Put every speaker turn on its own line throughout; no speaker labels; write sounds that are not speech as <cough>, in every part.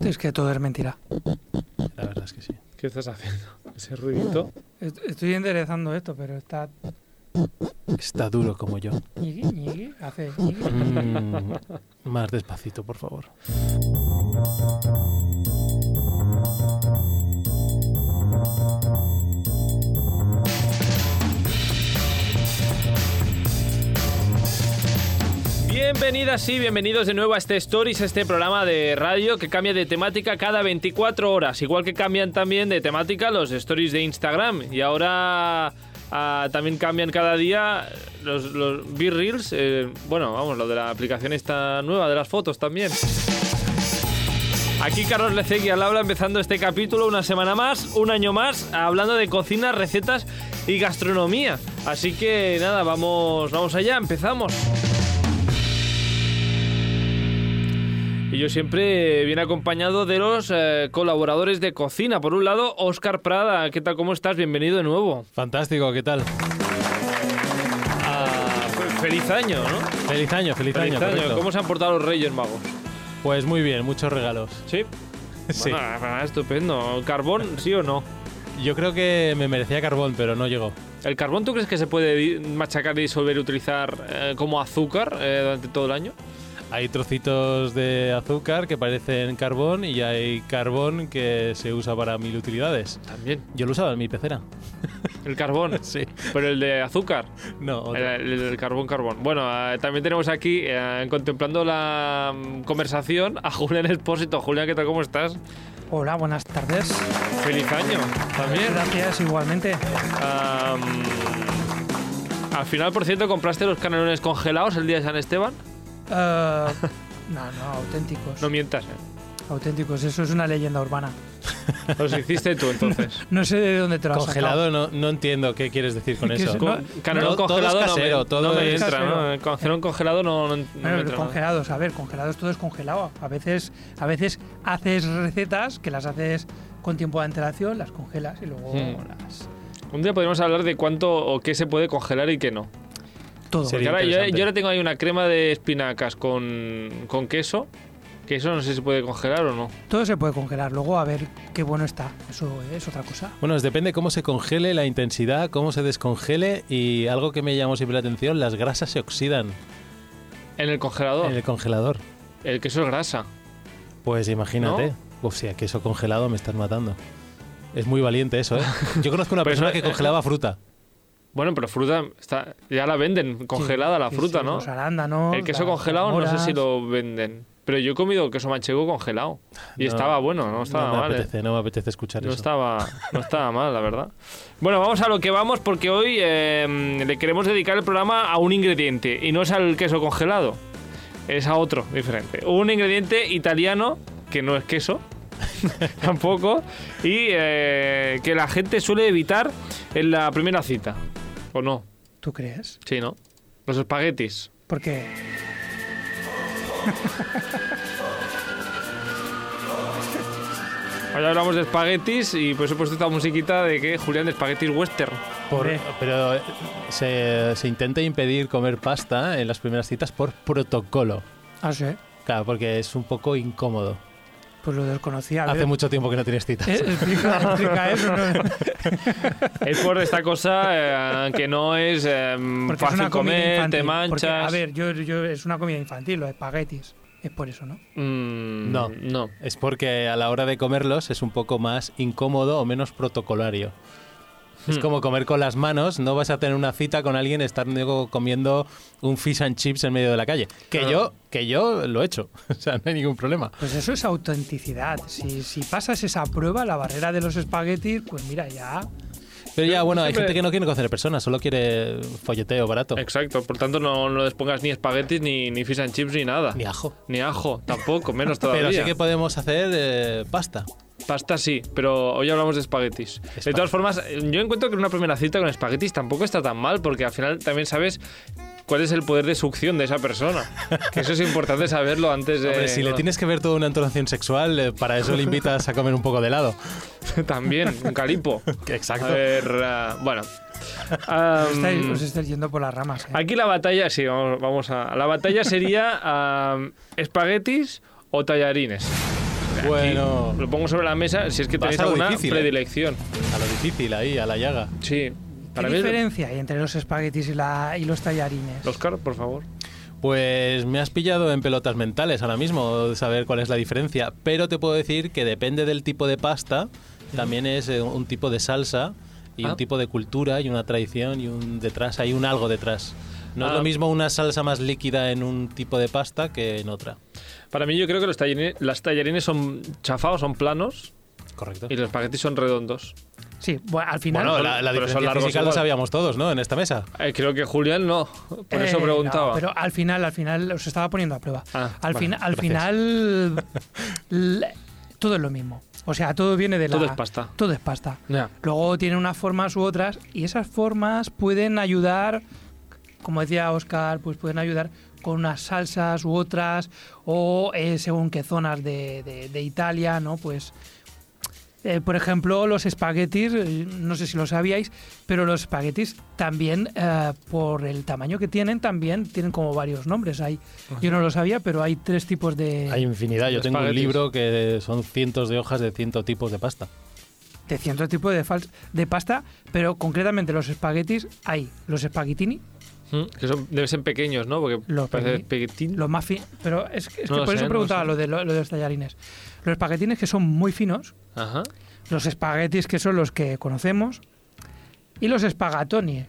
Es que todo es mentira.
La verdad es que sí.
¿Qué estás haciendo? <laughs> Ese ruidito.
Est- Estoy enderezando esto, pero está...
Está duro como yo.
ñiqui, ñiqui, hace ñiqui.
Mm, más despacito, por favor.
Bienvenidas y bienvenidos de nuevo a este Stories, este programa de radio que cambia de temática cada 24 horas, igual que cambian también de temática los Stories de Instagram. Y ahora ah, también cambian cada día los, los B-Reels, eh, bueno, vamos, lo de la aplicación esta nueva de las fotos también. Aquí Carlos Lecegui al habla empezando este capítulo una semana más, un año más, hablando de cocina, recetas y gastronomía. Así que nada, vamos, vamos allá, empezamos. Y yo siempre bien acompañado de los eh, colaboradores de cocina. Por un lado, Óscar Prada. ¿Qué tal? ¿Cómo estás? Bienvenido de nuevo.
Fantástico, ¿qué tal?
Ah, fe- feliz año, ¿no?
Feliz año, feliz,
Feliz
año. correcto.
¿Cómo se han portado los Reyes Magos?
Pues muy bien, muchos regalos.
Sí.
<laughs> Sí.
Bueno, ah, estupendo. ¿Carbón, sí o no?
Yo creo que me merecía carbón, pero no llegó.
¿El carbón tú crees que se puede di- machacar, disolver y utilizar eh, como azúcar eh, durante todo el año?
Hay trocitos de azúcar que parecen carbón y hay carbón que se usa para mil utilidades.
También.
Yo lo usaba en mi pecera.
El <laughs> carbón.
Sí.
Pero el de azúcar.
<laughs> No, otro.
El, el- el carbón, carbón. Bueno, eh, también tenemos aquí, eh, contemplando la mm, conversación, a Julián Espósito. Julián, ¿qué tal? ¿Cómo estás?
Hola, buenas tardes.
Feliz año también.
Gracias igualmente.
Ah, mm, al final, por cierto, compraste los canelones congelados el día de San Esteban.
Eh, no, no, auténticos.
No mientas, ¿eh?
Auténticos, eso es una leyenda urbana.
Los hiciste tú entonces.
No sé de dónde te lo has
Congelado no, no entiendo qué quieres decir con
Que
eso.
se-
Con-
<laughs> No,
Canelón
no, todo
congelado
es casero,
no me,
todo
no me
es
entra,
casero.
¿no? El Canelón congelado no, no- no me
Bueno,
entra, ¿no?
congelados, a ver, congelados todo es congelado. A veces, a veces haces recetas que las haces con tiempo de antelación, las congelas y luego
Hmm.
las.
Un día podríamos hablar de cuánto o qué se puede congelar y qué no.
Todo.
Sería-
Porque ahora yo,
interesante.
yo ahora tengo ahí una crema de espinacas con, con queso. Que eso no sé si se puede congelar o no.
Todo se puede congelar. Luego a ver qué bueno está. Eso es otra cosa.
Bueno, es- depende cómo se congele, la intensidad, cómo se descongele y algo que me llamó siempre la atención, las grasas se oxidan
En el congelador.
en el congelador.
El queso es grasa.
Pues imagínate, o sea, queso congelado me estás matando. Es muy valiente
<laughs>
eso, ¿eh? Yo conozco una
Pues
persona
no-
que congelaba fruta.
Bueno, pero fruta está, ya la venden congelada la
Sí,
fruta,
sí,
¿no?
Los arándanos.
el queso
las
congelado no sé
moras.
si lo venden. Pero yo he comido queso manchego congelado. Y
No,
estaba bueno, no estaba
no me
mal. ¿eh?
apetece, no me apetece escuchar
No
eso.
estaba, no estaba mal, la verdad. Bueno, vamos a lo que vamos porque hoy eh, le queremos dedicar el programa a un ingrediente y no es al queso congelado, es a otro diferente. Un ingrediente italiano que no es queso, <laughs> tampoco, y eh, que la gente suele evitar en la primera cita. ¿O no?
¿Tú crees?
Sí, ¿no? Los espaguetis.
Porque
Hoy hablamos de espaguetis y por supuesto esta musiquita de que Julián de espaguetis western.
Por-
Hombre.
pero eh, se, se intenta impedir comer pasta en las primeras citas por protocolo.
Ah, sí.
Claro, porque es un poco incómodo.
Pues lo desconocía. A
Hace
ver,
mucho tiempo que no tienes citas.
eh, explica, explica eso.
<laughs>
¿no?
Es por esta cosa eh, que no es eh,
Porque es
fácil
una comida
comer,
infantil.
te manchas.
Porque, a ver, yo, yo- es una comida infantil, los espaguetis. Es por eso, ¿no?
Mm,
No.
No.
Es porque a la hora de comerlos es un poco más incómodo o menos protocolario. Es
Hmm.
como comer con las manos, no vas a tener una cita con alguien estando comiendo un fish and chips en medio de la calle. Que
Claro.
yo, que yo lo he hecho, <laughs> o sea, no hay ningún problema.
Pues eso es autenticidad. Si, si pasas esa prueba, la barrera de los espaguetis, pues mira, ya.
Pero ya, bueno, hay
siempre-
gente que no quiere conocer personas, solo quiere folleteo barato.
Exacto, por tanto no, no les pongas ni espaguetis, ni, ni fish and chips, ni nada.
Ni ajo.
Ni ajo, tampoco, menos todavía.
Pero sí que podemos hacer eh, pasta.
Pasta sí, pero hoy hablamos de espaguetis. De todas formas, yo encuentro que en una primera cita con espaguetis tampoco está tan mal, porque al final también sabes cuál es el poder de succión de esa persona. Que eso es importante saberlo antes de...
Hombre, si le tienes que ver toda una entonación sexual, eh, para eso le invitas a comer un poco de helado.
<laughs> También, un calipo.
Exacto.
A ver, ah,
<laughs>
bueno. Ah,
Os estáis, os estáis yendo por las ramas. ¿eh?
Aquí la batalla, sí, vamos, vamos a. La batalla sería am, espaguetis o tallarines. aquí
Bueno.
lo pongo sobre la mesa si es que
Vas
tenéis
a lo
alguna
difícil, ¿eh?
predilección.
A lo difícil ahí, a la llaga.
Sí, para
¿Qué
mí es
diferencia hay entre los espaguetis y, la, y los tallarines?
Oscar, por favor.
Pues me has pillado en pelotas mentales ahora mismo, saber cuál es la diferencia. Pero te puedo decir que depende del tipo de pasta, también es eh, un tipo de salsa y
Ah.
un tipo de cultura y una tradición y un detrás, hay un algo detrás. No es
Ah.
lo mismo una salsa más líquida en un tipo de pasta que en otra.
Para mí yo creo que los tallarines, las tallarines son chafados, son planos
Correcto.
y los espaguetis son redondos.
Sí, bueno, al final.
Bueno,
son-
la, la
pero son
diferencia
largos
física la
igual.
sabíamos todos, ¿no? En esta mesa.
Eh, creo que Julián no, por
Eh,
eso
no,
preguntaba.
pero al final, al final, os estaba poniendo a prueba.
Ah,
al
vale,
fin- al
gracias.
<laughs>
final, l- todo es lo mismo. O sea, todo viene de la.
Todo es pasta.
Todo es pasta.
Ya.
Luego tiene unas formas u otras y esas formas pueden ayudar, como decía Oscar, pues pueden ayudar con unas salsas u otras o eh, según qué zonas de, de- de Italia, ¿no? Pues, eh, por ejemplo, los espaguetis, eh, no sé si lo sabíais, pero los espaguetis también, eh, por el tamaño que tienen, también tienen como varios nombres. Hay, yo no lo sabía, pero hay tres tipos de,
Hay infinidad. Yo tengo un
Espaguetis.
libro que son cientos de hojas de ciento tipos de pasta.
de cierto tipo de, fal- de pasta, pero concretamente los espaguetis hay los espaguetini,
Mm, Que son, deben ser pequeños, ¿no? Porque
Los pequeñi-
parece pequitín.
Los más finos. Pero es, que- es
No
que
lo
por
sé,
eso
no
preguntaba
lo sé.
lo, de, lo, lo de los tallarines. Los espaguetines que son muy finos,
Ajá.
los espaguetis que son los que conocemos, y los espagatoni,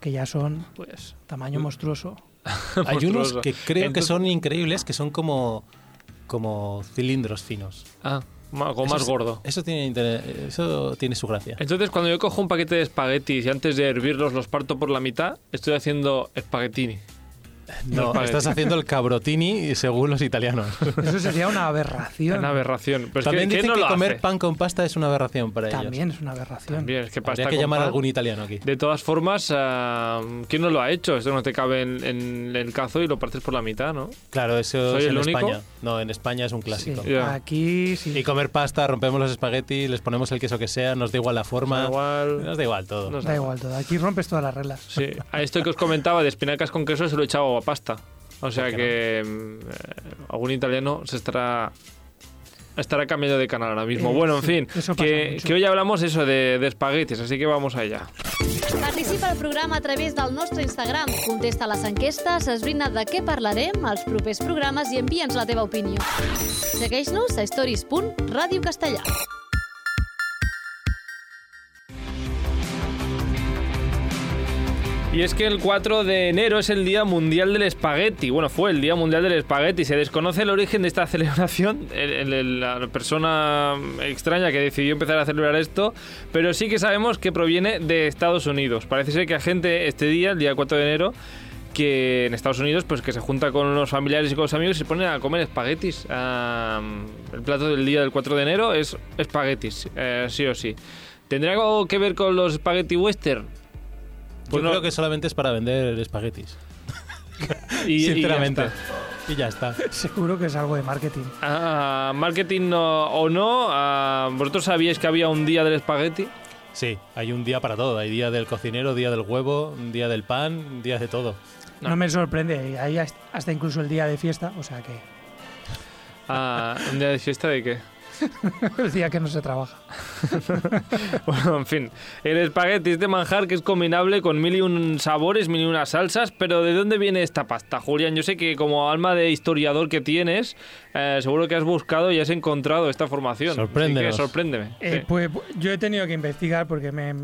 que ya son, pues, tamaño monstruoso.
<laughs>
Hay unos
Monstruoso.
que creo que
Entonces-
son increíbles, que son como, como cilindros finos.
Ah, ma- algo
Eso
más
es-
gordo. Eh,
Eso tiene, inter- eso tiene su gracia.
Entonces, cuando yo cojo un paquete de espaguetis y antes de hervirlos los parto por la mitad, estoy haciendo espaguetini.
No,
espagueti.
estás haciendo el cabrotini según los
<laughs>
italianos.
Eso sería una aberración.
Una aberración.
También
Pero es Pues que, ¿quién
dicen
no
que
lo
comer
hace?
pan con pasta es una aberración para ellos.
También es una aberración.
También, es que pasta
Habría que
con
llamar a
pan.
algún italiano aquí.
De todas formas, ah, ¿quién no lo ha hecho? Esto no te cabe en, en el cazo y lo partes por la mitad, ¿no?
Claro, eso
¿Soy
es
el
en
único?
España. No, en España es un
Sí,
clásico.
Ya.
Aquí sí.
Y comer pasta, rompemos los espaguetis, les ponemos el queso que sea, nos da igual la
Da
forma.
igual.
Nos da igual todo.
No sé.
Da igual todo. Aquí rompes todas las reglas.
Sí. A esto que os comentaba de espinacas con queso se lo he echado a pasta. O sea
¿Por
que mm, eh, algún italiano se estará estará cambiando de canal ahora mismo.
Eh,
bueno, en
sí,
fin,
eso pasa
que,
mucho.
que hoy hablamos eso de, de espaguetis, así que vamos allá.
Participa al programa a través del nostre Instagram. Contesta les enquestes, esbrina de què parlarem als propers programes i envia'ns la teva opinió. Segueix-nos a stories.radiocastellà.
Y es que el 4 de enero es el Día Mundial del Espagueti. Bueno, fue el Día Mundial del Espagueti. Se desconoce el origen de esta <laughs> celebración, el- el- el- la persona extraña que decidió empezar a celebrar esto, pero sí que sabemos que proviene de Estados Unidos. Parece ser que a gente este día, el día 4 de enero, que en Estados Unidos pues que se junta con unos familiares y con los amigos y se ponen a comer espaguetis. Am, el plato del día del 4 de enero es espaguetis, eh, sí o sí. ¿Tendrá algo que ver con los espagueti western?
Yo
pues no.
creo que solamente es para vender espaguetis.
Y- y ya
sinceramente.
está.
Y ya está.
<laughs> Seguro que es algo de marketing.
Ah, marketing no- o no, ah, ¿vosotros sabíais que había un día del espagueti?
Sí, hay un día para todo. Hay día del cocinero, día del huevo, un día del pan, días de todo.
No, me sorprende. Hay hasta- hasta incluso el día de fiesta, o sea que <laughs>
Ah, ¿Un día de fiesta de qué? <laughs>
el día que no se trabaja.
Bueno, en fin. El espagueti es de manjar que es combinable con mil y un sabores, mil y unas salsas, pero ¿de dónde viene esta pasta, Julián? Yo sé que como alma de historiador que tienes, eh, seguro que has buscado y has encontrado esta formación. Así que
Sorpréndenos.
sorpréndeme.
Eh,
Sí.
Pues pues, yo he tenido que investigar porque me,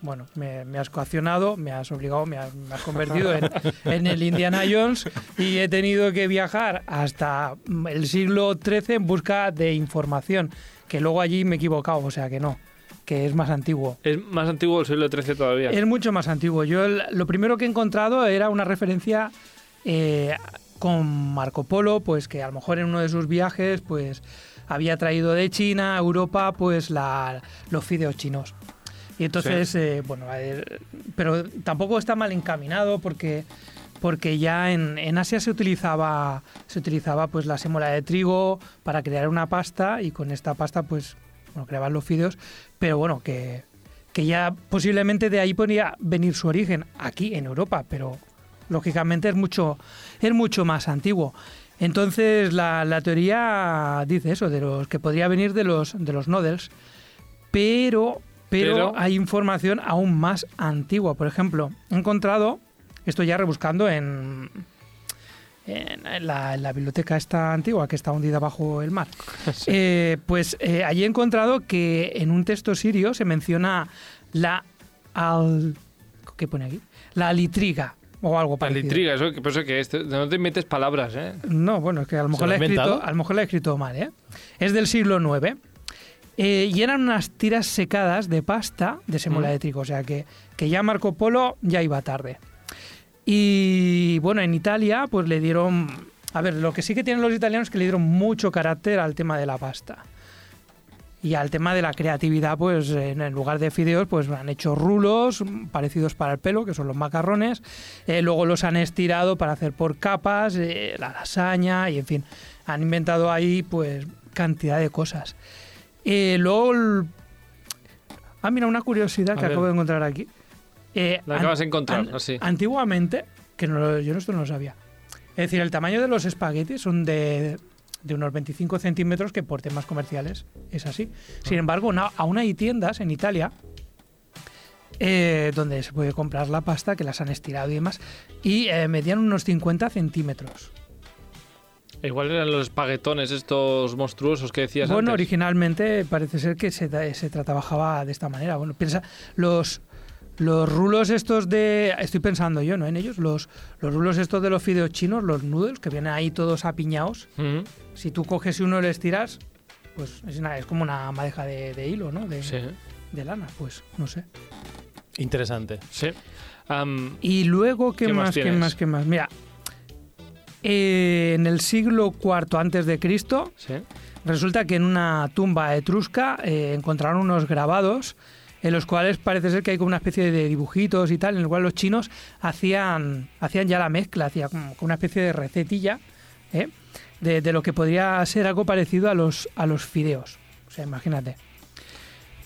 bueno, me, me has coaccionado, me has obligado, me has, me has convertido en, en el Indiana Jones y he tenido que viajar hasta mm, el siglo XIII en busca de información, que luego allí me he equivocado, o sea que no, que es más antiguo.
Es más antiguo el siglo XIII todavía.
Es mucho más antiguo. Yo el- lo primero que he encontrado era una referencia eh, con Marco Polo, pues que a lo mejor en uno de sus viajes, pues había traído de China a Europa, pues la, los fideos chinos. Y entonces, eh, bueno, a ver, pero tampoco está mal encaminado porque porque ya en, en Asia se utilizaba se utilizaba pues la sémola de trigo para crear una pasta y con esta pasta pues bueno, creaban los fideos, pero bueno, que, que ya posiblemente de ahí podría venir su origen aquí en Europa, pero lógicamente es mucho es mucho más antiguo. Entonces, la, la teoría dice eso, de los que podría venir de los, de los noodles, pero, pero,
Pero-
hay información aún más antigua. Por ejemplo, he encontrado, esto ya rebuscando en, en, en la, en la biblioteca esta antigua que está hundida bajo el mar, eh, pues eh, allí he encontrado que en un texto sirio se menciona la... Al, ¿Qué pone aquí? La litriga o algo parecido.
Palitriga, eso, que- pero eso que es, te- no te inventes palabras, ¿eh?
No, bueno, es que a lo mejor
lo
la
ha
he escrito,
inventado?
a lo mejor la he escrito mal, ¿eh? Es del siglo IX. eh, y eran unas tiras secadas de pasta de semola
Mm.
de trigo, o sea que, que ya Marco Polo ya iba tarde. Y bueno, en Italia pues le dieron... A ver, lo que sí que tienen los italianos es que le dieron mucho carácter al tema de la pasta. Y al tema de la creatividad, pues en en lugar de fideos, pues han hecho rulos mm, parecidos para el pelo, que son los macarrones. Eh, luego los han estirado para hacer por capas, eh, la lasaña y en fin. Han inventado ahí pues cantidad de cosas. Eh, luego... el- Ah, mira, una curiosidad
A
que
ver.
acabo de encontrar aquí. Eh,
La
an-
acabas de encontrar,
an-
así.
Antiguamente, que no lo- yo esto no lo sabía, es decir, el tamaño de los espaguetis son de, de unos 25 centímetros, que por temas comerciales es así.
Ah.
Sin embargo, na- aún hay tiendas en Italia eh, donde se puede comprar la pasta, que las han estirado y demás, y eh, medían unos 50 centímetros.
Igual eran los espaguetones estos monstruosos que decías
Bueno,
antes.
originalmente parece ser que se, tra- se trabajaba de esta manera. Bueno, piensa, los, los rulos estos de... Estoy pensando yo, ¿no? En ellos, los, los rulos estos de los fideos chinos, los noodles, que vienen ahí todos apiñados.
Ujú,
Si tú coges uno y les tiras, pues es, una- es como una madeja de, de hilo, ¿no? De,
Sí,
de lana, pues, no sé.
Interesante.
sí. Am,
Y luego, ¿qué,
¿Qué más
más, qué
tienes?
más, qué más? Mira, eh, en el siglo IV antes de Cristo,
sí.
Resulta que en una tumba etrusca eh, encontraron unos grabados en los cuales parece ser que hay como una especie de dibujitos y tal, en el cual los chinos hacían, hacían ya la mezcla, hacían como una especie de recetilla ¿eh? de, de lo que podría ser algo parecido a los, a los fideos. O sea, imagínate.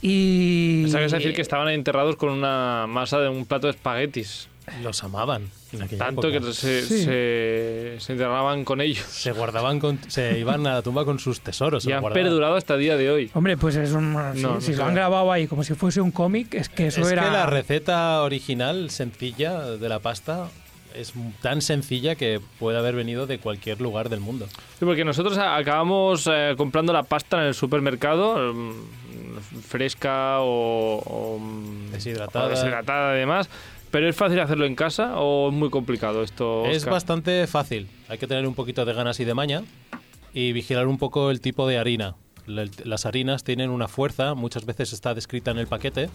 Y...
Pensaba que ibas a decir que estaban enterrados con una masa de un plato de espaguetis.
Los amaban. en aquella
Tanto
época.
que se,
Sí.
se, se enterraban con ellos.
se guardaban con, se iban a la tumba con sus tesoros. se
Y
los
han
guardaban.
perdurado hasta el día de hoy.
Hombre, pues es un... si-
no
si
se
lo han
ve.
grabado ahí como si fuese un cómic, es que eso
es
era...
que la receta original sencilla de la pasta es tan sencilla que puede haber venido de cualquier lugar del mundo.
Sí, porque nosotros a- acabamos eh, comprando la pasta en el supermercado, mm, fresca o, o, mm,
Deshidratada.
o deshidratada y demás. Pero es fácil hacerlo en casa o es muy complicado esto.
Es
Óscar?
bastante fácil. Hay que tener un poquito de ganas y de maña y vigilar un poco el tipo de harina. La- Las harinas tienen una fuerza, muchas veces está descrita en el paquete,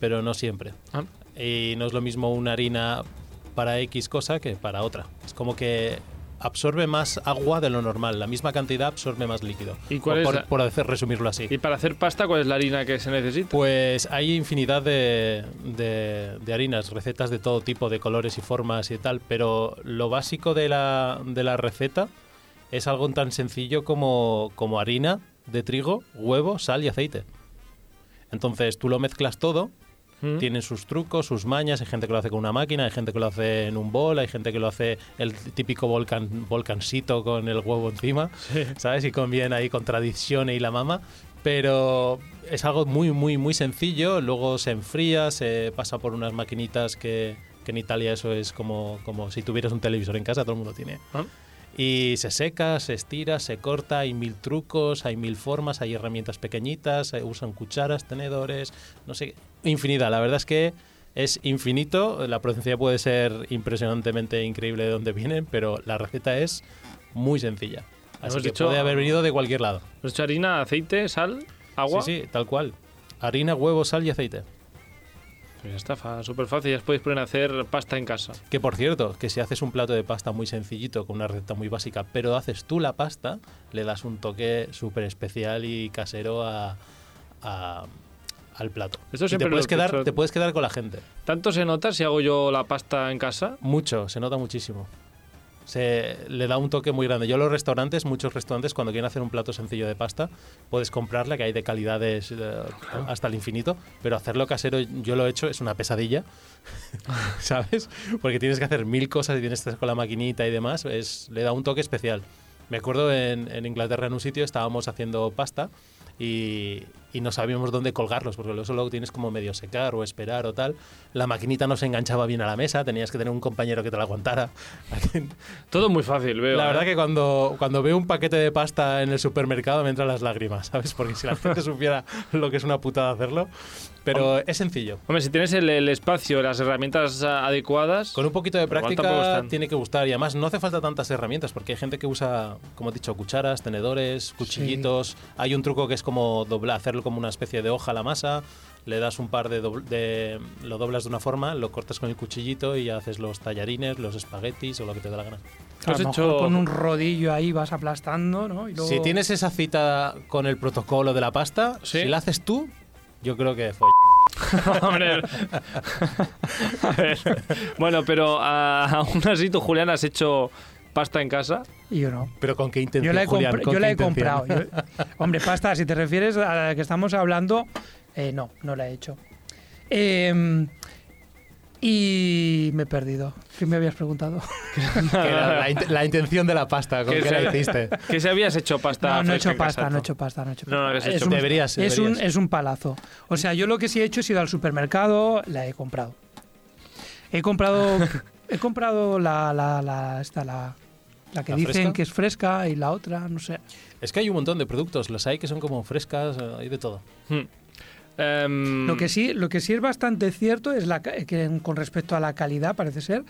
pero no siempre.
Ah,
Y no es lo mismo una harina para X cosa que para otra. Es como que absorbe más agua de lo normal. La misma cantidad absorbe más líquido.
¿Y cuál
O
es
por,
la-
por hacer- resumirlo así.
Y para hacer pasta, ¿cuál es la harina que se necesita?
Pues hay infinidad de, de- de harinas, recetas de todo tipo, de colores y formas y tal, pero lo básico de la, de la receta es algo tan sencillo como, como harina de trigo, huevo, sal y aceite. Entonces tú lo mezclas todo,
¿Mm?
tienen sus trucos, sus mañas, hay gente que lo hace con una máquina, hay gente que lo hace en un bol, hay gente que lo hace el típico volcan, volcancito con el huevo encima, ¿sabes? Y conviene ahí con tradiciones y la mama. Pero es algo muy, muy, muy sencillo. Luego se enfría, se pasa por unas maquinitas que, que en Italia eso es como, como si tuvieras un televisor en casa, todo el mundo tiene.
Ah.
Y se seca, se estira, se corta, hay mil trucos, hay mil formas, hay herramientas pequeñitas, eh, usan cucharas, tenedores, no sé, qué. infinidad. La verdad es que es infinito, la procedencia puede ser impresionantemente increíble de dónde vienen, pero la receta es muy sencilla. Así
Hemos
que
dicho-
puede haber venido de cualquier lado.
Hemos hecho Pues harina, aceite, sal, agua.
Sí, sí, tal cual. Harina, huevo, sal y aceite.
Pues ya está, fa- súper fácil. Ya os podéis poner a hacer pasta en casa.
Que por cierto, que si haces un plato de pasta muy sencillito, con una receta muy básica, pero haces tú la pasta, le das un toque súper especial y casero a, a- al plato. Y
Eso
te
siempre lo
puedes,
he
quedar,
pensado.
te puedes quedar con la gente.
¿Tanto se nota si hago yo la pasta en casa?
Mucho, se nota muchísimo. Se le da un toque muy grande. Yo los restaurantes, muchos restaurantes, cuando quieren hacer un plato sencillo de pasta, puedes comprarla, que hay de calidades eh, hasta el infinito, pero hacerlo casero, yo lo he hecho, es una pesadilla, <laughs> ¿sabes? Porque tienes que hacer mil cosas y tienes que estar con la maquinita y demás, es, le da un toque especial. Me acuerdo en, en Inglaterra, en un sitio, estábamos haciendo pasta y, y no sabíamos dónde colgarlos, porque luego solo tienes como medio secar o esperar o tal. La maquinita no se enganchaba bien a la mesa, tenías que tener un compañero que te la aguantara. <laughs>
Todo muy fácil, veo.
La
¿eh?
verdad que cuando, cuando veo un paquete de pasta en el supermercado me entran las lágrimas, ¿sabes? Porque si la gente <laughs> supiera lo que es una putada hacerlo. Pero es sencillo.
Hombre, si tienes el, el espacio, las herramientas ah, adecuadas.
Con un poquito de
Pero igual tampoco
práctica
están.
tiene que gustar. Y además no hace falta tantas herramientas, porque hay gente que usa, como he dicho, cucharas, tenedores, cuchillitos. Hay un truco que es como doblar, hacerlo como una especie de hoja a la masa. Le das un par de, dobl- de- Lo doblas de una forma, lo cortas con el cuchillito y ya haces los tallarines, los espaguetis o lo que te dé la gana.
A
has
lo
hecho-
mejor con
<laughs>
un rodillo ahí vas aplastando, ¿no? Y luego-
Si tienes esa cita con el protocolo de la pasta,
Sí.
si la haces tú, yo creo que fue.
Hombre. A ver. Bueno, pero ah, aún así tú, Julián, has hecho pasta en casa.
Y yo no.
Pero con qué
Yo
intención.
la he,
Julián?
compra-
¿Con
yo
qué
la he
intención?
comprado. Yo- <laughs> hombre, pasta, si te refieres a la que estamos hablando, eh, no, no la he hecho. Eh, y me he perdido. ¿Qué me habías preguntado?
<laughs> Que era la, in- la intención de la pasta, ¿con
Que
qué la
sea-
hiciste?
Que si habías hecho pasta.
no, no he
fresca
hecho
en casa,
pasta, no he
tú.
hecho pasta, no he hecho
No,
pasta.
no, habías
Es
hecho
un-
pasta.
Deberías,
Es un,
deberías.
es un palazo. O sea, yo lo que sí he hecho es ir al supermercado, la he comprado. He comprado, he comprado la, la, la, esta, la, la que
¿La
dicen
fresca?
que es fresca y la otra, no sé.
Es que hay un montón de productos, los hay que son como frescas, eh, hay de todo.
Hmm. Em,
Lo que sí, lo que sí es bastante cierto es la, ca- que en- con respecto a la calidad, parece ser,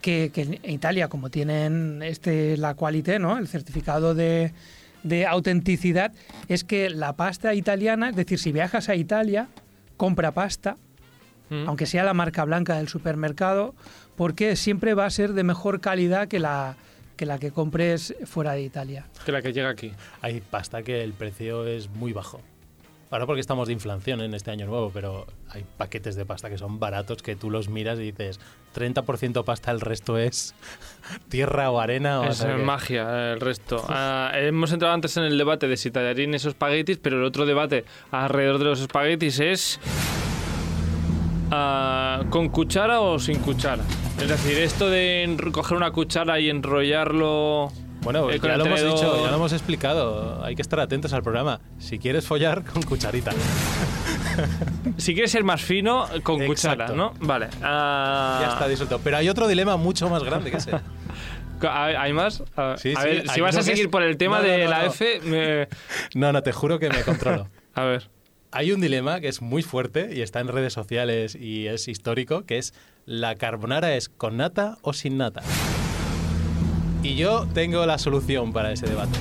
que, que en Italia, como tienen este la qualité, ¿no? El certificado de, de autenticidad, es que la pasta italiana, es decir, si viajas a Italia, compra pasta,
Mm.
aunque sea la marca blanca del supermercado, porque siempre va a ser de mejor calidad que la que la que compres fuera de Italia.
Que la que llega aquí.
Hay pasta que el precio es muy bajo. Ahora porque estamos de inflación en este año nuevo, pero hay paquetes de pasta que son baratos que tú los miras y dices 30% pasta, el resto es <laughs> tierra o arena. O
es
sea que-
magia el resto.
<laughs>
Ah, hemos entrado antes en el debate de si tallarines o espaguetis, pero el otro debate alrededor de los espaguetis es ah, con cuchara o sin cuchara. Es decir, esto de enro- coger una cuchara y enrollarlo...
Bueno, pues
eh, con
ya
el
lo hemos
tenedor.
dicho, ya lo hemos explicado. Hay que estar atentos al programa. Si quieres follar, con cucharita.
Si quieres ser más fino, con
Exacto.
cuchara, ¿no? Vale. Ah,
Ya está disuelto. Pero hay otro dilema mucho más grande que ese.
<laughs> ¿Hay hay más? A,
Sí,
a
sí,
ver,
hay
si vas
uno
a
que
seguir
es-
por el tema
No, no,
de
no,
la
no.
F... me-
No, no, te juro que me controlo.
A ver.
Hay un dilema que es muy fuerte y está en redes sociales y es histórico, que es la carbonara es con nata o sin nata. Y yo tengo la solución para ese debate.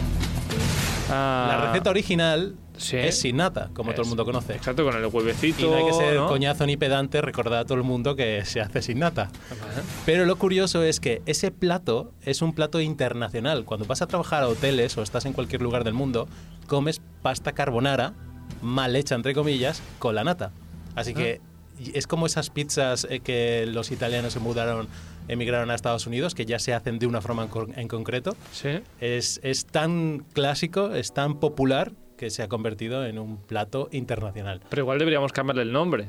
Ah,
La receta original
Sí.
es sin nata, como todo
Es-
el mundo conoce.
Exacto, con el huevecito.
Y no hay que ser
¿no?
coñazo ni pedante, recordad a todo el mundo que se hace sin nata. Pero lo curioso es que ese plato es un plato internacional. Cuando vas a trabajar a hoteles o estás en cualquier lugar del mundo, comes pasta carbonara, mal hecha entre comillas, con la nata. Así que y- es como esas pizzas eh, que los italianos se mudaron, emigraron a Estados Unidos, que ya se hacen de una forma en, con- en concreto.
Sí.
Es, es tan clásico, es tan popular que se ha convertido en un plato internacional.
Pero igual deberíamos cambiarle el nombre.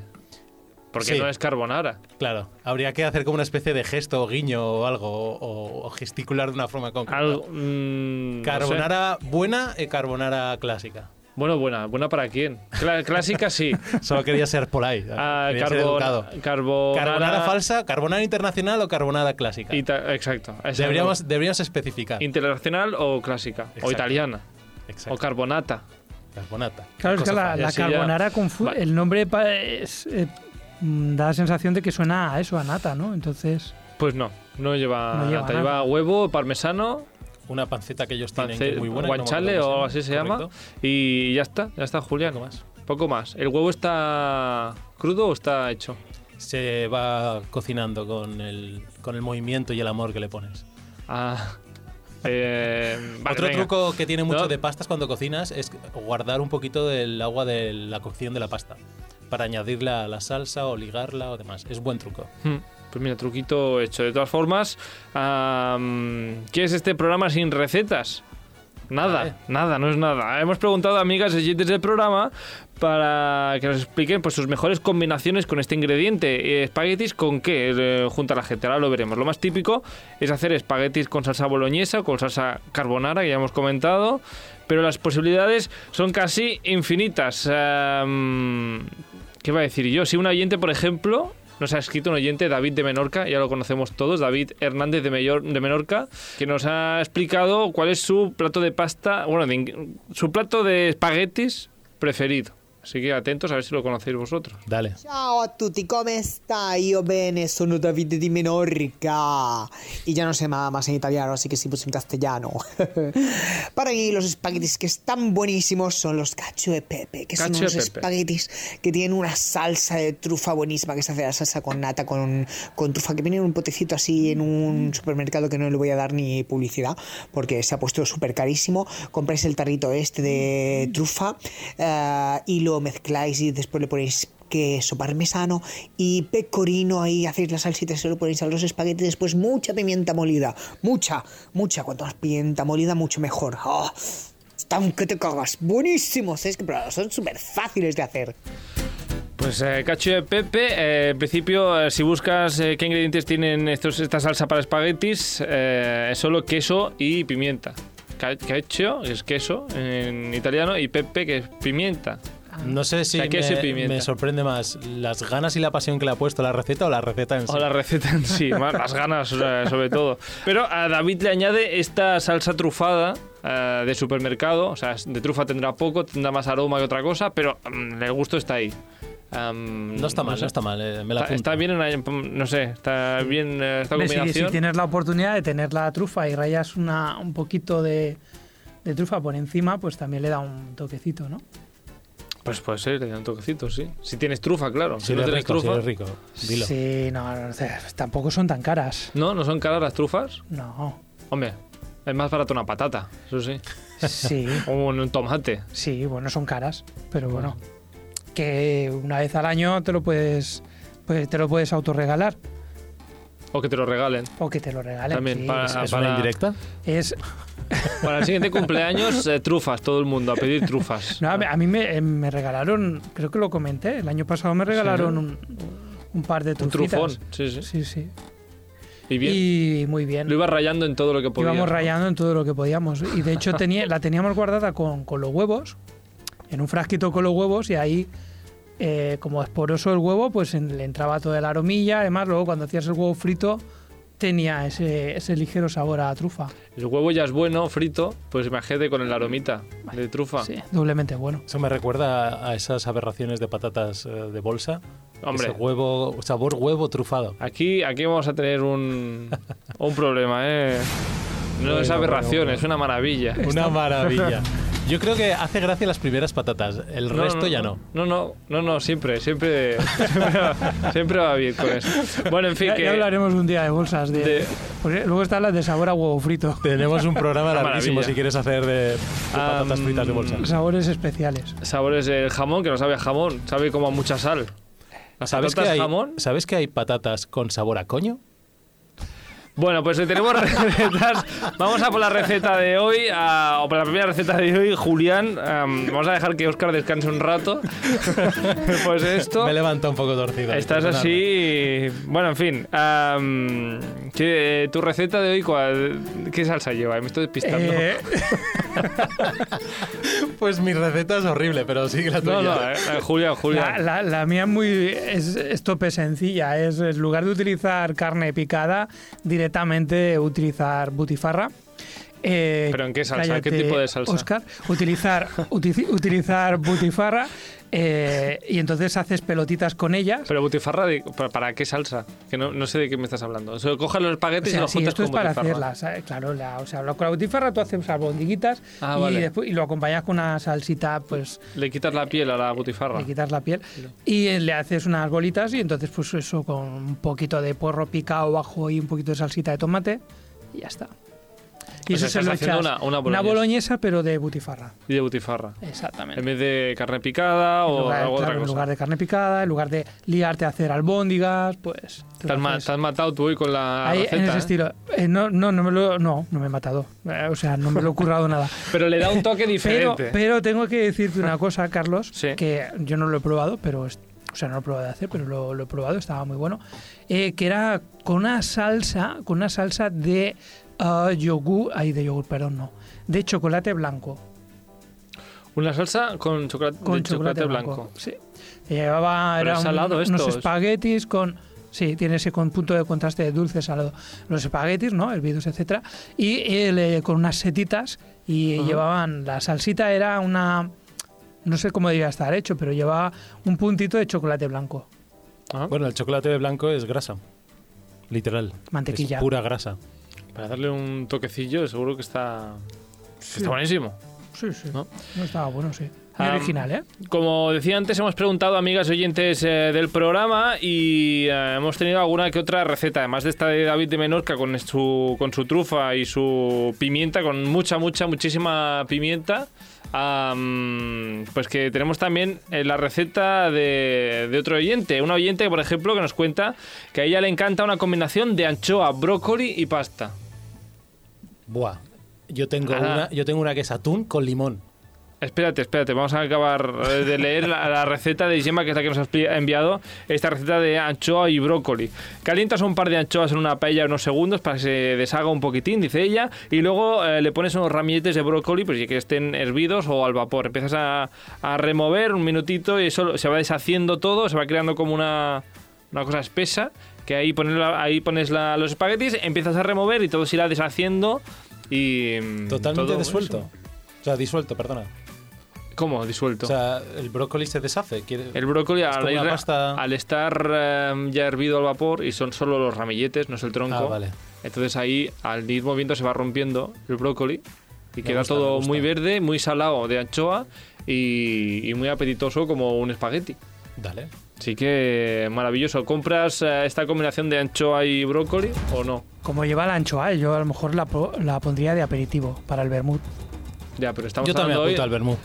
Porque
Sí.
no es carbonara.
Claro, habría que hacer como una especie de gesto o guiño o algo, o, o gesticular de una forma concreta.
Algo, mm, no
Carbonara buena y carbonara clásica.
sé. Bueno, buena. ¿Buena para quién? Cla- clásica sí.
<laughs> Solo quería ser por ahí.
Ah,
quería ser
carbon-
educado.
carbonara,
Carbonara falsa, carbonara internacional o carbonara clásica.
ita- exacto. Esa
Deberíamos, deberíamos especificar.
no. Internacional o clásica. O
Exacto.
italiana.
Exacto.
O carbonata.
Carbonata.
Claro, es que
Cosa
la,
fácil.
la
así ya-
carbonara confu-
Vale.
El nombre pa- es, eh, mm, da la sensación de que suena a eso, a nata, ¿no? Entonces,
Pues no. No lleva,
No lleva
nata.
nada.
Lleva huevo, parmesano,
Una panceta que ellos tienen que
parce-
es muy buena. que no me
guanchale
acuerdo
o algo
cómo
así se llama.
correcto.
Y ya está. Ya está, Julián.
Poco más.
Poco más. ¿El huevo está crudo o está hecho?
Se va cocinando con el, con el movimiento y el amor que le pones.
Ah. <laughs> Eh, vale,
Otro
venga.
truco que tiene mucho
No.
de pastas cuando cocinas es guardar un poquito del agua de la cocción de la pasta para añadirla a la salsa o ligarla o demás. Es buen truco.
Hmm, Pues mira, truquito hecho. De todas formas, am, ¿qué es este programa sin recetas? Nada,
Vale.
nada, no es nada. Hemos preguntado a amigas oyentes del programa para que nos expliquen pues, sus mejores combinaciones con este ingrediente. Eh, ¿Espaguetis con qué? Eh, junta la gente, ahora lo veremos. Lo más típico es hacer espaguetis con salsa boloñesa, con salsa carbonara, que ya hemos comentado. Pero las posibilidades son casi infinitas. Am, ¿Qué va a decir yo? Si un oyente, por ejemplo, nos ha escrito un oyente, David de Menorca, ya lo conocemos todos, David Hernández de, Mellor- de Menorca, que nos ha explicado cuál es su plato de pasta, bueno, de ing- su plato de espaguetis preferido. Así que atentos a ver si lo conocéis vosotros.
Dale.
Ciao a tutti, come stai? Io bene, sono Davide di Menorca. E Y ya no sé nada más en italiano, así que sí, pues en castellano. <laughs> Para mí, los espaguetis que están buenísimos son los cacio e pepe, que son
Cacio e
unos
pepe.
espaguetis que tienen una salsa de trufa buenísima, que se hace la salsa con nata, con, con trufa, que viene en un potecito así en un supermercado que no le voy a dar ni publicidad, porque se ha puesto súper carísimo. Compráis el tarrito este de trufa eh, y lo mezcláis y después le ponéis queso parmesano y pecorino ahí, hacéis la salsita y se lo ponéis a los espaguetis, después mucha pimienta molida, mucha, mucha, cuanto más pimienta molida, mucho mejor. ¡Ah! Están que te cagas, buenísimos, es que probarlos, son súper fáciles de hacer.
Pues eh, cacho de Pepe, eh, en principio, eh, si buscas eh, qué ingredientes tienen estos, esta salsa para espaguetis, eh, es solo queso y pimienta. Ca- Cacio que es queso en italiano y pepe que es pimienta.
Ah. No sé si
O sea, queso y
me,
pimienta.
me sorprende más las ganas y la pasión que le ha puesto a la receta o la receta en sí.
O la receta
<laughs>
en sí, más las ganas eh, sobre todo. Pero a David le añade esta salsa trufada eh, de supermercado, o sea, es- de trufa tendrá poco, tendrá más aroma que otra cosa, pero mm, el gusto está ahí. Am,
No está mal,
sé.
no está mal. eh, me la
Está,
apunto.
está bien, una- no sé, está bien eh, esta
Hombre, si-
combinación.
Si, tienes la oportunidad de tener la trufa y rayas una, un poquito de, de trufa por encima, pues también le da un toquecito, ¿no?
Pues puede ser, le da un toquecito, sí. Si tienes trufa, claro. Si,
Si
no
eres
tienes
rico, si
trufa.
eres rico. Dilo.
Sí, no, no, o sea, tampoco son tan caras.
no, no son caras las trufas.
No,
Hombre, es más barato una patata, eso sí.
sí, <laughs>
O un tomate.
sí, bueno, son caras, pero
Pues
bueno, que una vez al año te lo puedes, pues, te lo puedes autorregalar
O que te lo regalen.
o que te lo regalen.
También
sí.
Ah, para-
¿Es una indirecta?
Es,
Para el siguiente cumpleaños, eh, trufas, todo el mundo, a pedir trufas.
no, a mí- a mí me, eh, me regalaron, creo que lo comenté, el año pasado me regalaron un, un par de
un
trufitas.
trufón, sí, sí.
Sí, sí.
Y bien,
Y muy bien.
lo iba rayando en todo lo que podía.
Íbamos rayando en todo lo que podíamos. Y de hecho tenía, la teníamos guardada con, con los huevos, en un frasquito con los huevos, y ahí, eh, como esporoso el huevo, pues en- le entraba toda la aromilla. Además, luego cuando hacías el huevo frito, tenía ese, ese ligero sabor a trufa.
El huevo ya es bueno, frito, pues imagínate con el aromita de trufa.
Sí, doblemente bueno.
Eso me recuerda a esas aberraciones de patatas eh, de bolsa.
Hombre.
Ese huevo, sabor huevo trufado.
Aquí, aquí vamos a tener un, un problema, ¿eh? No es aberración, es una maravilla.
Una <laughs> maravilla. Yo creo que hace gracia las primeras patatas, el
No,
resto ya no.
No, no, no, no, siempre, siempre, <laughs> siempre, va, siempre va bien con eso. Bueno, en fin,
Ya,
que
ya hablaremos un día de bolsas. De,
de-
porque luego están las de sabor a huevo frito.
Tenemos un programa
<laughs> Una
larguísimo
maravilla.
si quieres hacer de, de patatas
Am,
fritas de bolsa.
Sabores especiales.
sabores del jamón, que no sabe a jamón, sabe como a mucha sal. ¿Las
¿Sabes que,
patatas
hay,
jamón?
¿Sabes que hay patatas con sabor a coño?
Bueno, pues le tenemos <laughs> recetas. Vamos a por la receta de hoy, a- o por la primera receta de hoy, Julián. am, vamos a dejar que Oscar descanse un rato. <laughs> pues esto.
Me levanta un poco torcido.
Estás
perdonadme.
así. Bueno, en fin. am, ¿qué- ¿Tu receta de hoy cuál? ¿Qué salsa lleva? Me estoy despistando.
Eh,
Pues mi receta es horrible, pero sí que la tuya.
no, no, eh, eh, Julián,
La,
Julián.
la- la mía es muy es, es tope sencilla. Es en lugar de utilizar carne picada, directamente utilizar butifarra. Eh,
¿Pero en qué salsa? ¿Qué
cállate,
tipo de salsa?
Óscar. utilizar, uti- utilizar butifarra eh, y entonces haces pelotitas con ellas.
Pero butifarra, de- ¿para, para qué salsa? Que no, no sé de qué me estás hablando. O sea, coges
O
los espaguetis y
sea,
los
sí,
juntas
esto es
con
para
butifarra.
hacerlas, ¿sabes? claro, la- o sea, lo- con la butifarra tú haces albondiguitas
Ah,
y,
vale.
después- y lo acompañas con una salsita, pues
Le quitas la piel a la butifarra.
Le quitas la piel y eh, le haces unas bolitas y entonces pues eso con un poquito de porro picado, ajo y un poquito de salsita de tomate y ya está. Y
O sea,
eso se
estás
lo
haciendo
echas.
una-
una
una boloñesa.
boloñesa, pero de butifarra.
Y de butifarra.
Exactamente.
En vez de carne picada
En
o
lugar,
algo
claro,
otra
en
cosa.
lugar de carne picada, en lugar de liarte a hacer albóndigas, pues. te
Te has,
lo
ma-
haces.
te has matado tú hoy con la
Ahí,
receta.
en ese
¿eh?
estilo. Eh, no, no, no me lo, no, no me he matado. Eh, o sea, no me lo he currado <laughs> nada.
Pero le da un toque
Pero,
diferente.
pero tengo que decirte una cosa, Carlos,
Sí.
que yo no lo he probado, pero es- o sea, no lo he probado de hacer, pero lo, lo he probado, estaba muy bueno. eh, que era con una salsa, con una salsa de ah, yogur, ay, de yogur, perdón, no, de chocolate blanco.
Una salsa con chocolate,
Con
de chocolate, blanco.
Sí. Que Llevaba
Pero
era
es
un-
salado esto,
unos
es-
espaguetis con. Sí, tiene ese con punto de contraste de dulce salado. Los espaguetis, ¿no? Hervidos, etcétera. Y el, eh, con unas setitas. Y
Ajá.
llevaban. La salsita era una. No sé cómo debía estar hecho, pero llevaba un puntito de chocolate blanco.
Ajá.
Bueno, el chocolate blanco es grasa. Literal.
Mantequilla.
Es pura grasa.
Para darle un toquecillo, seguro que está, que está buenísimo.
Sí, sí.
¿No?
No, estaba bueno, sí. Muy
Ah,
original, ¿eh?
Como decía antes, hemos preguntado a amigas y oyentes eh, del programa y eh, hemos tenido alguna que otra receta, además de esta de David de Menorca con su, con su trufa y su pimienta, con mucha, mucha, muchísima pimienta. Ah, mm, pues que tenemos también eh, la receta de, de otro oyente, un oyente, por ejemplo, que nos cuenta que a ella le encanta una combinación de anchoa, brócoli y pasta.
Buah. Yo tengo,
Ala.
una, yo tengo una que es atún con limón.
Espérate, espérate, vamos a acabar eh, de leer la, la receta de Gemma, que es la que nos ha expli- ha enviado, esta receta de anchoa y brócoli. Calientas un par de anchoas en una paella unos segundos para que se deshaga un poquitín, dice ella, y luego eh, le pones unos ramilletes de brócoli, pues ya que estén hervidos o al vapor. Empiezas a, a remover un minutito y eso se va deshaciendo todo, se va creando como una, una cosa espesa, que ahí pones, la- ahí pones la- los espaguetis, empiezas a remover y todo se irá deshaciendo y... mm,
Totalmente
todo
disuelto.
eso.
O sea, disuelto, perdona.
¿Cómo? Disuelto.
O sea, el brócoli se deshace. quiere-
El brócoli al,
como
ir-
una pasta-
al estar eh, ya hervido al vapor y son solo los ramilletes, no es el tronco.
Ah, vale.
Entonces ahí al ir moviendo se va rompiendo el brócoli y queda
gusta, me
todo
gusta.
muy verde, muy salado de anchoa y, y muy apetitoso como un espagueti.
Dale.
Así que maravilloso. ¿Compras eh, esta combinación de anchoa y brócoli o no?
Como lleva la anchoa, yo a lo mejor la, po- la pondría de aperitivo para el vermut.
Ya, pero estamos
yo también
hablando hoy.
apunto al vermú.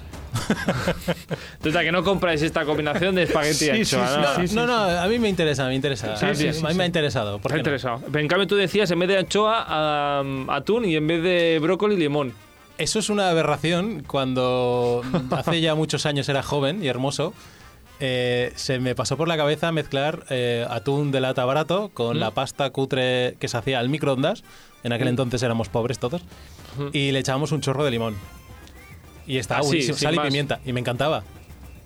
Total, que no compráis esta combinación de espagueti y
Sí,
anchoa.
sí, sí,
¿no?
sí, sí.
no, no, a mí me interesa, me interesa.
Sí,
a mí,
sí, sí,
a mí
sí.
me ha interesado. ¿por
Está
qué no?
interesado. Pero en cambio tú decías, en vez de anchoa, am, atún y en vez de brócoli, limón.
Eso es una aberración.
<laughs>
Cuando hace ya muchos años era joven y hermoso, eh, se me pasó por la cabeza mezclar eh, atún de lata barato con
Mm.
la pasta cutre que se hacía al microondas. En aquel entonces éramos pobres todos. Y le echábamos un chorro de limón. Y estaba
Ah, sí,
buenísimo,
sin
sal y
más.
pimienta. Y me encantaba.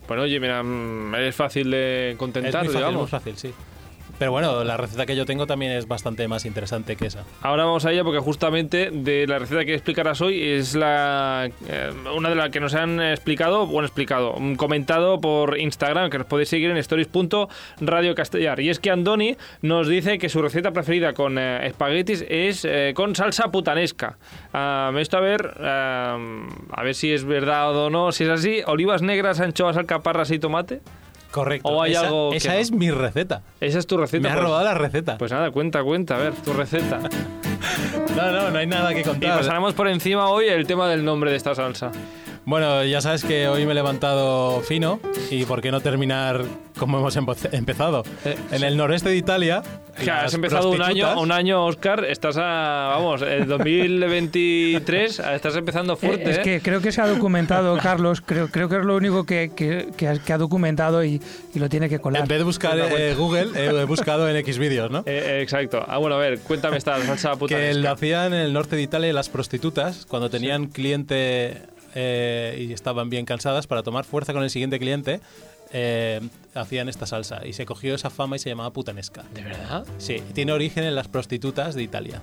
Bueno, oye, mira, mm, es fácil de
Es muy
contentar,
fácil, es muy
digamos.
fácil, sí. Pero bueno, la receta que yo tengo también es bastante más interesante que esa.
Ahora vamos a ella porque justamente de la receta que explicarás hoy es la eh, una de las que nos han explicado, bueno, explicado, mm, comentado por Instagram, que nos podéis seguir en stories.radiocastellar. Y es que Andoni nos dice que su receta preferida con eh, espaguetis es eh, con salsa putanesca. Ah, esto a ver, ah, a ver si es verdad o no, si es así, olivas negras, anchoas, alcaparras y tomate.
Correcto.
O hay
esa
algo que
esa
no.
es mi receta.
Esa es tu receta.
Me ha
pues-
robado la receta.
Pues nada, cuenta, cuenta, a ver,
<laughs>
tu receta.
no, no, no hay nada que
Y pues
contar.
pasaremos por encima hoy el tema del nombre de esta salsa.
Bueno, ya sabes que hoy me he levantado fino y por qué no terminar como hemos empe- empezado.
Eh,
en el noreste de Italia.
Que has
las
empezado un año,
prostitutas-
un año, Oscar, estás a, vamos,
<laughs>
el 2023, estás empezando
Eh,
fuerte,
es
¿eh?
que creo que se ha documentado, Carlos. Creo, creo que es lo único que, que- que ha, que ha documentado y, y lo tiene que colar.
En vez de buscar
Una
eh, Google, eh, he buscado en X vídeos, ¿no?
Eh, eh, exacto. Ah, bueno, a ver, cuéntame esta salsa <laughs> puta.
que lo hacían en el norte de Italia las prostitutas cuando tenían cliente eh, y estaban bien cansadas para tomar fuerza con el siguiente cliente. eh, hacían esta salsa y se cogió esa fama y se llamaba putanesca. ¿De
verdad?
Sí, tiene origen en las prostitutas de Italia,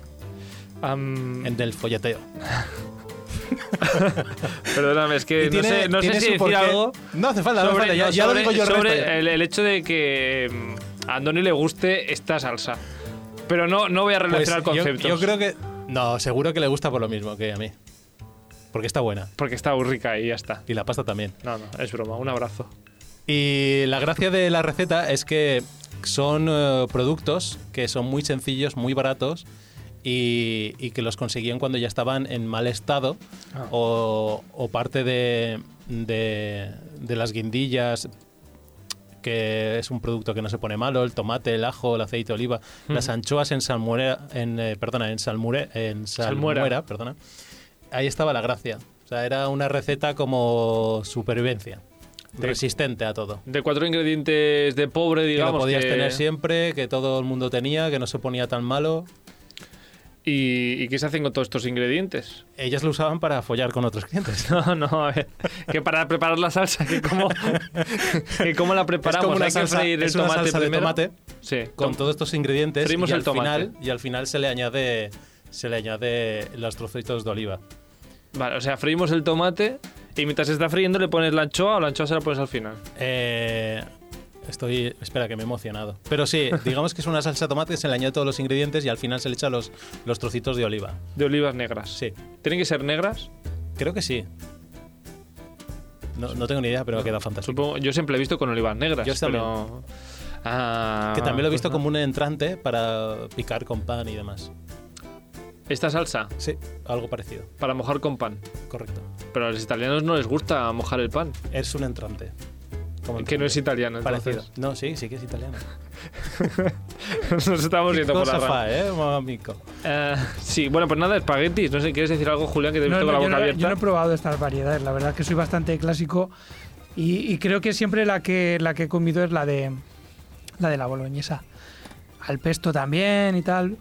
Am,
en del folleteo.
perdóname, es que
Y tiene-
no sé, no sé
tiene
si
su
decir
porqué.
algo.
No hace falta, no hace
sobre-
falta, ya,
no,
ya
sobre-
lo digo yo. el
sobre
resto ya.
el, el hecho de que em, a Andoni le guste esta salsa. Pero no, no voy a
Pues
relacionar
yo-
conceptos.
Yo, creo que. No, seguro que le gusta por lo mismo que a mí. Porque está buena.
Porque está muy rica y ya está.
Y la pasta también.
No, no, es broma. Un abrazo.
Y la gracia de la receta es que son eh, productos que son muy sencillos, muy baratos y, y que los conseguían cuando ya estaban en mal estado
Ah.
o, o parte de, de- de las guindillas que es un producto que no se pone malo, el tomate, el ajo, el aceite de oliva, las anchoas en salmuera, en, eh, perdona, en salmure, en
Salmuera.
salmuera, perdona. Ahí estaba la gracia. O sea, era una receta como supervivencia,
Rico.
resistente a todo.
De cuatro ingredientes de pobre,
Que lo
digamos.
podías
que-
tener siempre, que todo el mundo tenía, que no se ponía tan malo.
¿Y, ¿Y qué se hacen con todos estos ingredientes?
Ellas lo usaban para follar con otros clientes.
<laughs> No, no, a ver. Que para preparar la salsa, que <laughs> cómo, que cómo la preparamos.
Es como una
Hay
salsa-
que freír
es
el
una
tomate
salsa de
primero.
tomate
Sí,
con
tom-
todos estos ingredientes
Freímos
y
el
al
tomate.
final y al final se le añade se le añade los trocitos de oliva.
Vale, o sea, freímos el tomate y mientras se está friendo le pones la anchoa o la anchoa se la pones al final.
Eh, estoy espera que me he emocionado. Pero
<laughs>
sí, digamos que es una salsa de tomate que se le añade todos los ingredientes y al final se le echa los los trocitos de oliva.
De olivas negras.
Sí,
¿Tienen que ser negras?
creo que sí. No, no tengo ni idea, pero me queda fantástico.
Supongo, yo siempre he visto con olivas negras.
Yo también.
pero- Ah,
Que también lo he visto
pues no.
como un entrante para picar con pan y demás.
Esta salsa,
Sí, algo parecido,
para mojar con pan.
correcto.
Pero a los italianos no les gusta mojar
<laughs>
el pan.
Es un entrante. Como
Que no
entrante.
es italiano, entonces.
Parecido. No, sí, sí que es
<laughs>
italiano.
Nos estamos yendo por la
Cosa
rama.
fa, eh, mamico.
Eh, sí, bueno, pues nada, espaguetis. No sé, ¿quieres decir algo, Julián, que te he
No,
visto
no,
con
yo,
la boca
no, yo
abierta?
no he probado estas variedades, la verdad es que soy bastante clásico y, y creo que siempre la que, la que he comido es la de la de la boloñesa. Al pesto también y tal.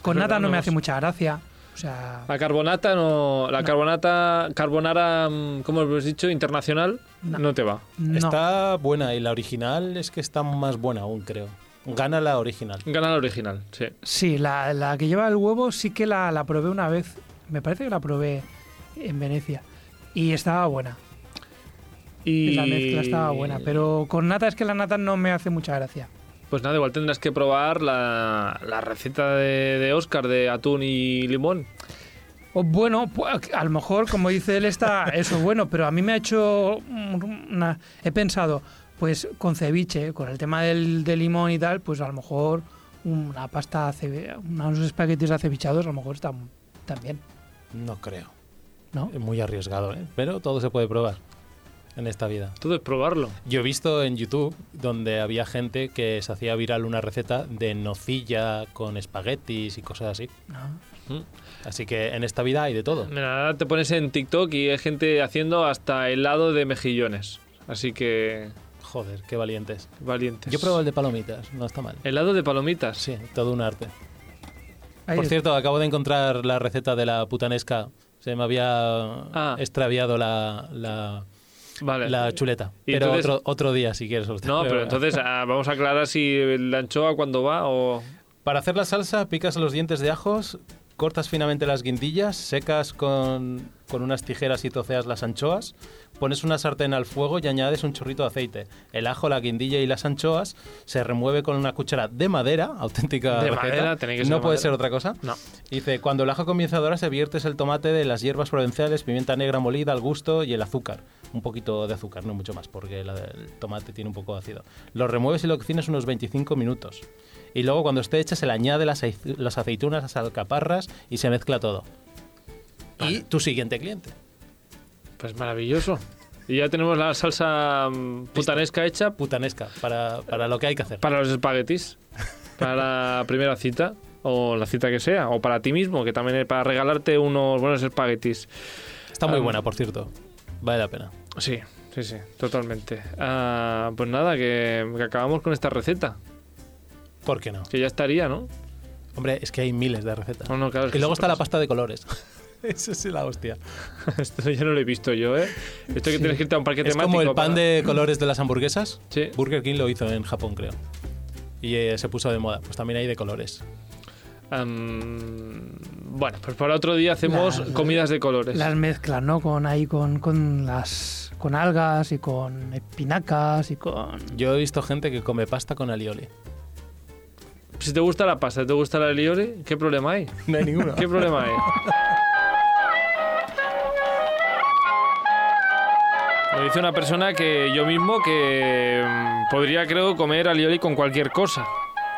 Con
Es
nata
verdad,
no
no
me
hemos-
hace mucha gracia. O sea,
La carbonata no. La carbonata. Carbonara, mm, ¿cómo hemos dicho? Internacional. No,
No.
te va.
no.
Está buena y la original es que está más buena aún, creo. Gana la original.
Gana la original, sí.
Sí, la, la que lleva el huevo sí que la, la probé una vez. Me parece que la probé en Venecia. Y estaba buena.
Y
La mezcla estaba buena. Pero con nata es que la nata no me hace mucha gracia.
Pues nada, igual tendrás que probar la, la receta de, de Oscar de atún y limón.
O bueno, pu- a lo mejor, como dice él,
<laughs>
está eso bueno, pero a mí me ha hecho una... He pensado, pues con ceviche, con el tema del, del limón y tal, pues a lo mejor una pasta, cebe- unos espaguetis acevichados, a lo mejor están también,
No creo.
¿no?
Es muy arriesgado, ¿eh? Pero todo se puede probar en esta vida.
Todo es probarlo.
Yo he visto en YouTube donde había gente que se hacía viral una receta de nocilla con espaguetis y cosas así.
Ah.
Así que en esta vida hay de todo.
Mira, ahora te pones en TikTok y hay gente haciendo hasta helado de mejillones. Así que.
Joder, qué valientes.
Valientes.
Yo he probado el de palomitas, no está mal.
Helado de palomitas.
Sí, todo un arte.
Ahí
Por
es-
cierto, acabo de encontrar la receta de la putanesca. Se me había
Ah.
extraviado la, la,
Vale.
la chuleta.
Y
Pero
entonces-
otro, otro día, si quieres. os-
No, pero entonces ah, vamos a aclarar si la anchoa cuando va o.
Para hacer la salsa, picas los dientes de ajos, cortas finamente las guindillas, secas con, con unas tijeras y toceas las anchoas, pones una sartén al fuego y añades un chorrito de aceite. El ajo, la guindilla y las anchoas se remueve con una cuchara de madera, auténtica
De
receta.
madera, tiene que ser
no
de
puede
madera.
ser otra cosa.
No.
Dice, cuando el ajo comienza a dorarse, viertes el tomate de las hierbas provenciales, pimienta negra molida al gusto y el azúcar. Un poquito de azúcar, no mucho más, porque la del tomate tiene un poco de ácido. Lo remueves y lo cocinas unos 25 minutos. Y luego cuando esté hecha se le añade las, acei- las aceitunas, las alcaparras y se mezcla todo. Y tu siguiente cliente.
Pues maravilloso. Y ya tenemos la salsa mm, putanesca hecha
Putanesca, para, para lo que hay que hacer.
para
<laughs>
los espaguetis, para la primera cita o la cita que sea, o para ti mismo, que también es para regalarte unos buenos espaguetis.
Está muy
um,
buena, por cierto. Vale la pena.
Sí, sí, sí, totalmente. Ah, pues nada, que, que acabamos con esta receta,
¿Por qué no?
que ya estaría, ¿no?
Hombre, es que hay miles de recetas.
No, no, claro, es
y
que
luego está la
siempre
pasta de colores. <laughs> Eso sí la hostia.
<laughs> Esto ya no lo he visto yo, ¿eh? Esto que tienes que irte a un parque
Es
temático.
como el pan
para-
de colores de las hamburguesas.
Sí.
Burger King lo hizo en Japón, creo. Y eh, se puso de moda. Pues también hay de colores.
Am, bueno, pues para otro día hacemos
Las-
comidas de
pues
colores.
Las mezclas, ¿no? Con ahí con, con las con algas y con espinacas y con
Yo he visto gente que come pasta con alioli.
Si te gusta la pasta, te gusta la lioli, ¿qué problema hay?
No hay ninguno.
¿Qué problema hay? Lo dice una persona que yo mismo que mm, podría, creo, comer alioli con cualquier cosa.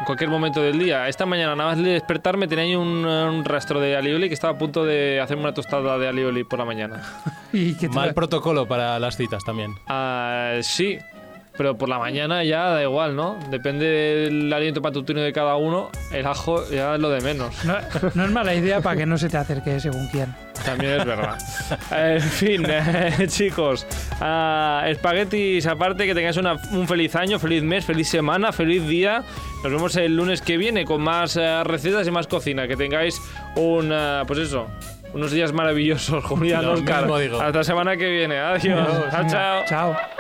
en cualquier momento del día. Esta mañana, nada más de despertarme, tenía ahí un, un rastro de alioli que estaba a punto de hacerme una tostada de alioli por la mañana.
Y que te-
<laughs> Mal protocolo para las citas también.
Ah, sí, pero por la mañana ya da igual, ¿no? Depende del aliento patutino de cada uno, el ajo ya es lo de menos. <laughs>
no, no es mala idea para que no se te acerque según quién.
También es verdad. en fin, <laughs> eh, chicos, ah, espaguetis aparte, que tengáis una- un feliz año, feliz mes, feliz semana, feliz día. Nos vemos el lunes que viene con más eh, recetas y más cocina. Que tengáis un, ah, pues eso, unos días maravillosos, <laughs> Julián
Lo
Oscar.
mismo digo.
Hasta la semana que viene. Adiós. chao. chao.
Chao.